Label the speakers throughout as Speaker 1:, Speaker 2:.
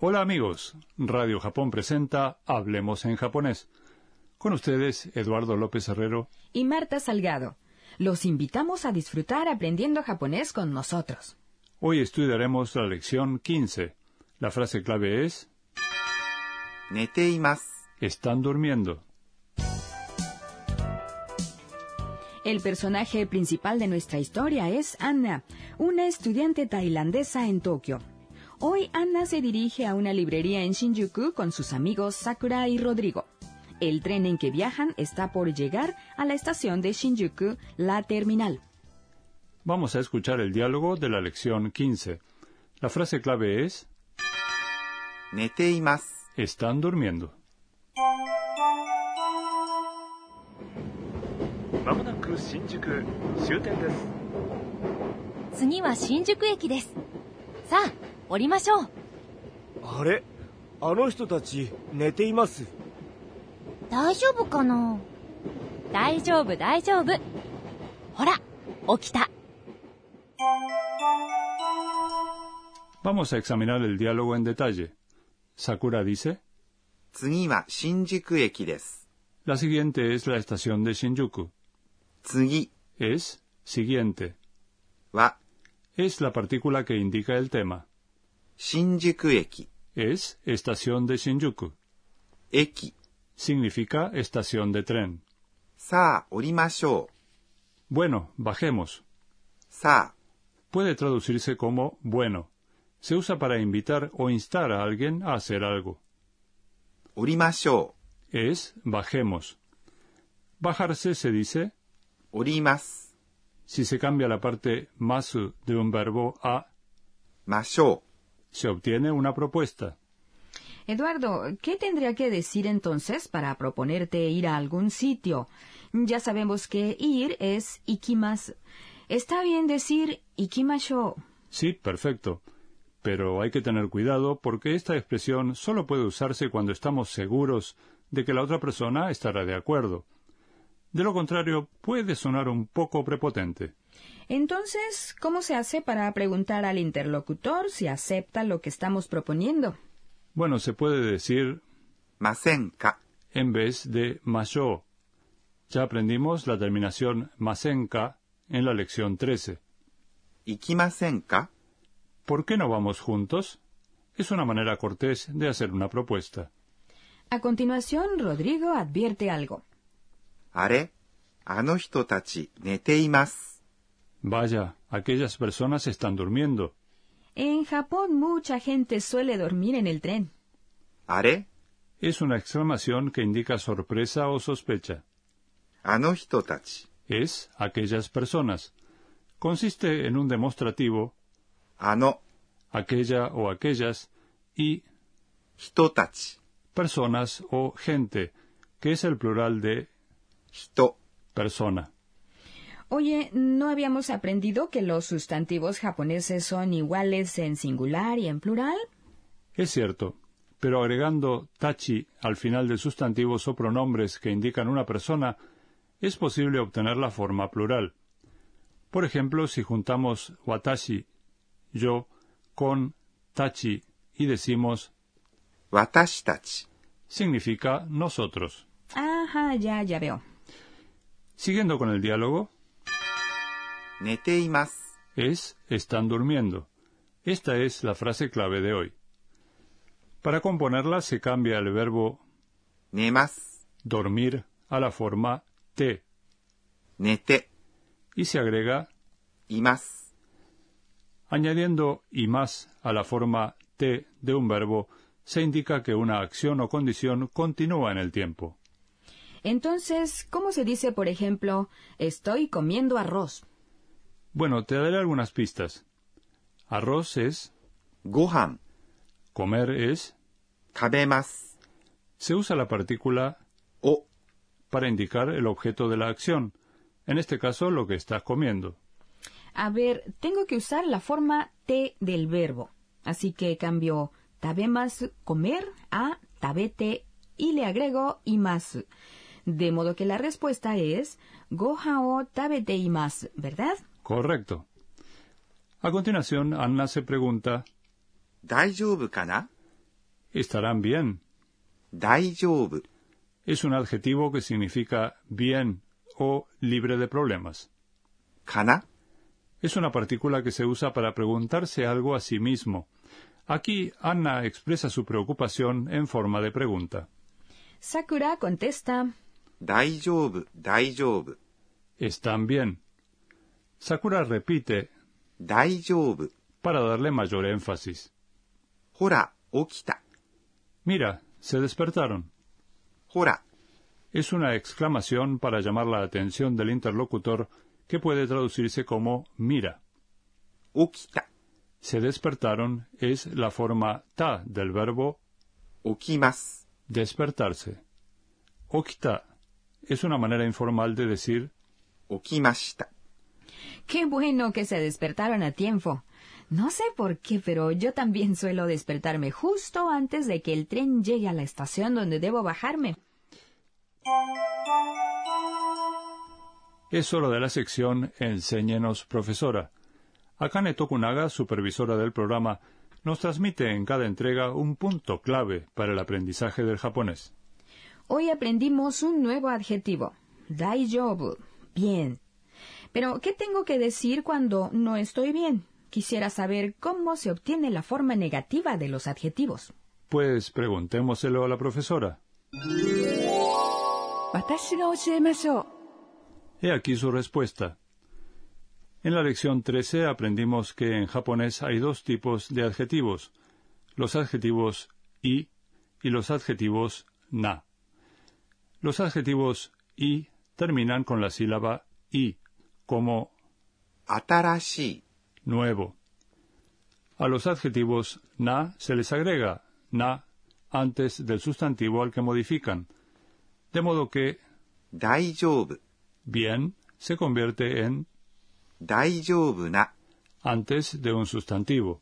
Speaker 1: Hola amigos, Radio Japón presenta Hablemos en japonés. Con ustedes, Eduardo López Herrero.
Speaker 2: y Marta Salgado. Los invitamos a disfrutar aprendiendo japonés con nosotros.
Speaker 1: Hoy estudiaremos la lección 15. La frase clave es
Speaker 3: 寝ています。
Speaker 1: están durmiendo.
Speaker 2: El personaje principal de nuestra historia es Anna, una estudiante tailandesa en Tokio. Hoy Anna se dirige a una librería en Shinjuku con sus amigos Sakura y Rodrigo. El tren en que viajan está por llegar a la estación de Shinjuku, la terminal.
Speaker 1: Vamos a escuchar el diálogo de la lección 15. La frase clave es
Speaker 3: 寝ています。
Speaker 1: están durmiendo.
Speaker 4: まもなく新宿終点です
Speaker 5: 次は新宿駅ですさあ降りましょう
Speaker 6: あれあの人たち寝ています
Speaker 5: 大丈夫かな大丈夫大丈夫ほら起きた
Speaker 1: Vamos a examinar el diálogo en detalle. Sakura dice,
Speaker 3: 次は新宿駅です。
Speaker 1: la siguiente es la estación de Shinjuku.
Speaker 3: 次
Speaker 1: Es siguiente.
Speaker 3: は
Speaker 1: Es la partícula que indica el tema.
Speaker 3: 新宿駅。
Speaker 1: Es estación de Shinjuku.
Speaker 3: 駅。
Speaker 1: Significa estación de tren.
Speaker 3: さあ降りましょう。
Speaker 1: Bueno, bajemos.
Speaker 3: さ
Speaker 1: Puede traducirse como bueno. Se usa para invitar o instar a alguien a hacer algo.
Speaker 3: あ降りましょ
Speaker 1: Es bajemos. Bajarse se dice
Speaker 3: う。降ります。
Speaker 1: si se cambia la parte masu de un verbo a,
Speaker 3: ましょ
Speaker 1: se obtiene una propuesta.
Speaker 2: Eduardo, ¿qué tendría que decir entonces para proponerte ir a algún sitio? Ya sabemos que ir es ikimas. Está bien decir ikimasho.
Speaker 1: Sí, perfecto. Pero hay que tener cuidado porque esta expresión solo puede usarse cuando estamos seguros de que la otra persona estará de acuerdo. De lo contrario, puede sonar un poco prepotente.
Speaker 2: Entonces, ¿cómo se hace para preguntar al interlocutor si acepta lo que estamos proponiendo?
Speaker 1: Bueno, se puede decir
Speaker 3: う。ませんか。
Speaker 1: en vez de masho. Ya aprendimos la terminación masenka en la lección 13.
Speaker 3: 行きませんか
Speaker 1: ¿Por qué no vamos juntos? Es una manera cortés de hacer una propuesta.
Speaker 2: A continuación, Rodrigo advierte algo.
Speaker 3: あれあの人たち寝ています。
Speaker 1: Vaya, aquellas personas están durmiendo.
Speaker 2: En Japón mucha gente suele dormir en el tren.
Speaker 3: あれ
Speaker 1: Es una exclamación que indica sorpresa o sospecha.
Speaker 3: あの人たち。
Speaker 1: Es aquellas personas. Consiste en un demostrativo,
Speaker 3: あの
Speaker 1: aquella o aquellas, y
Speaker 3: 人たち。
Speaker 1: personas o gente, que es el plural de
Speaker 3: 人。
Speaker 1: persona.
Speaker 2: Oye, ¿no habíamos aprendido que los sustantivos japoneses son iguales en singular y en plural?
Speaker 1: Es cierto, pero agregando tachi al final de sustantivos o pronombres que indican una persona, es posible obtener la forma plural. Por ejemplo, si juntamos watashi, yo, con tachi y decimos
Speaker 3: 私たち。
Speaker 1: significa nosotros.
Speaker 2: Ajá, ya, ya veo.
Speaker 1: Siguiendo con el diálogo,
Speaker 3: 寝ています。
Speaker 1: es están durmiendo. Esta es la frase clave de hoy. Para componerla se cambia el verbo
Speaker 3: 寝ます。
Speaker 1: dormir a la forma te
Speaker 3: 寝て
Speaker 1: y se agrega
Speaker 3: います。
Speaker 1: Añadiendo y más a la forma te de un verbo, se indica que una acción o condición continúa en el tiempo.
Speaker 2: Entonces, ¿cómo se dice, por ejemplo, estoy comiendo arroz?
Speaker 1: Bueno, te daré algunas pistas. Arroz es,
Speaker 3: ご飯。
Speaker 1: comer es,
Speaker 3: 食べます。
Speaker 1: se usa la partícula
Speaker 3: お
Speaker 1: para indicar el objeto de la acción, en este caso lo que estás comiendo.
Speaker 2: A ver, tengo que usar la forma te del verbo. Así que cambio tabemas comer a tabete y le agrego imasu. De modo que la respuesta es gohan o tabete imasu, ¿verdad?
Speaker 1: Correcto. A continuación, Anna se pregunta,
Speaker 3: 大丈夫かな
Speaker 1: estarán bien.
Speaker 3: 大丈夫
Speaker 1: Es un adjetivo que significa bien o libre de problemas.
Speaker 3: かな
Speaker 1: Es una partícula que se usa para preguntarse algo a sí mismo. Aquí Anna expresa su preocupación en forma de pregunta.
Speaker 2: Sakura contesta.
Speaker 3: 大丈夫、大丈夫、
Speaker 1: Están bien. Sakura repite
Speaker 3: 大丈夫。
Speaker 1: para darle mayor énfasis.
Speaker 3: ほら、起きた。
Speaker 1: Mira, se despertaron.
Speaker 3: ほら、
Speaker 1: Es una exclamación para llamar la atención del interlocutor que puede traducirse como mira.
Speaker 3: 起きた。
Speaker 1: Se despertaron es la forma ta del verbo
Speaker 3: 起きます。
Speaker 1: despertarse. Okita es una manera informal de decir
Speaker 3: 起きました。
Speaker 2: Qué bueno que se despertaron a tiempo. No sé por qué, pero yo también suelo despertarme justo antes de que el tren llegue a la estación donde debo bajarme.
Speaker 1: Es hora de la sección Enséñenos, profesora. Akane Tokunaga, supervisora del programa, nos transmite en cada entrega un punto clave para el aprendizaje del japonés.
Speaker 2: Hoy aprendimos un nuevo adjetivo, daijobu, bien. Pero, ¿qué tengo que decir cuando no estoy bien? Quisiera saber cómo se obtiene la forma negativa de los adjetivos.
Speaker 1: Pues preguntémoselo a la profesora. He aquí su respuesta. En la lección 13 aprendimos que en japonés hay dos tipos de adjetivos, los adjetivos i y los adjetivos na. Los adjetivos i terminan con la sílaba i, como
Speaker 3: 新しい、
Speaker 1: nuevo. A los adjetivos na se les agrega na antes del sustantivo al que modifican, de modo que
Speaker 3: 大丈夫、
Speaker 1: bien se convierte en
Speaker 3: 大丈夫な、
Speaker 1: antes de un sustantivo.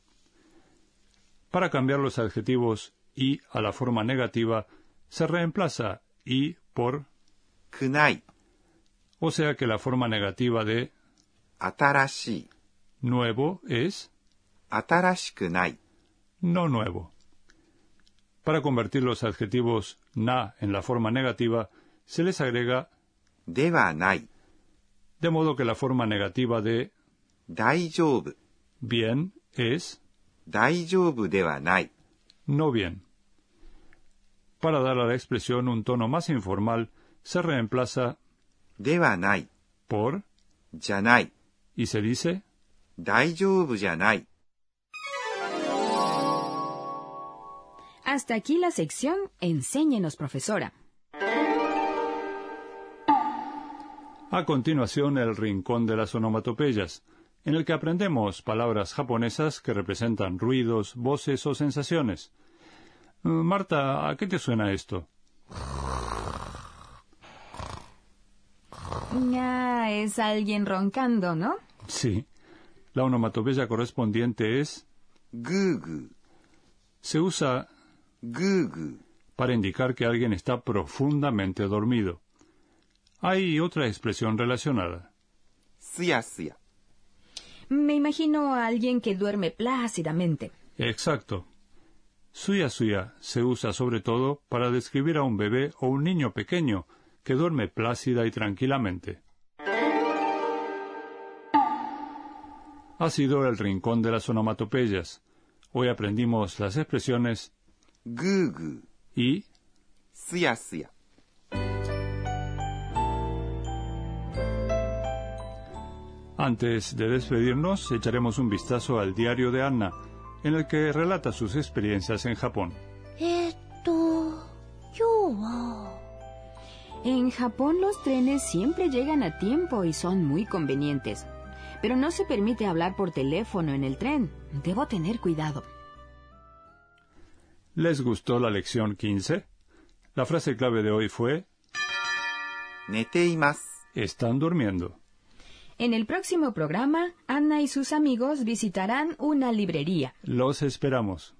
Speaker 1: Para cambiar los adjetivos y a la forma negativa, se reemplaza y por,
Speaker 3: くない、
Speaker 1: o sea que la forma negativa de
Speaker 3: 新しい、
Speaker 1: nuevo es
Speaker 3: 新しくない、
Speaker 1: no nuevo. Para convertir los adjetivos na en la forma negativa, se les agrega
Speaker 3: ではない、
Speaker 1: de modo que la forma negativa de
Speaker 3: 大丈夫、
Speaker 1: bien es
Speaker 3: 大丈夫ではない、
Speaker 1: no bien. Para dar a la expresión un tono más informal, se reemplaza
Speaker 3: ではない、
Speaker 1: por
Speaker 3: じゃない、
Speaker 1: y se dice
Speaker 3: 大丈夫じゃない。
Speaker 2: Hasta aquí la sección Enséñenos, profesora.
Speaker 1: a continuación el rincón de las onomatopeyas, en el que aprendemos palabras japonesas que representan ruidos, voces o sensaciones. Mm, Marta, ¿a qué te suena esto?
Speaker 2: Ah, es alguien roncando, ¿no?
Speaker 1: Sí. La onomatopeya correspondiente es
Speaker 3: ぐーぐ
Speaker 1: se usa
Speaker 3: ー、ぐーぐー、
Speaker 1: para indicar que alguien está profundamente dormido. Hay otra expresión relacionada.
Speaker 3: すやすや、
Speaker 2: Me imagino a alguien que duerme plácidamente.
Speaker 1: Exacto. Suya suya se usa sobre todo para describir a un bebé o un niño pequeño que duerme plácida y tranquilamente. Ha sido el rincón de las onomatopeyas. Hoy aprendimos las expresiones
Speaker 3: ぐーぐー、
Speaker 1: y
Speaker 3: すやすや。
Speaker 1: Antes de despedirnos, echaremos un vistazo al diario de Anna, en el que relata sus experiencias en Japón.
Speaker 5: えー、っと今日は
Speaker 2: En Japón los trenes siempre llegan a tiempo y son muy convenientes. Pero no se permite hablar por teléfono en el tren. Debo tener cuidado.
Speaker 1: ¿Les gustó la lección 15? La frase clave de hoy fue
Speaker 3: 寝ています。
Speaker 1: están durmiendo.
Speaker 2: En el próximo programa, Ana y sus amigos visitarán una librería.
Speaker 1: Los esperamos.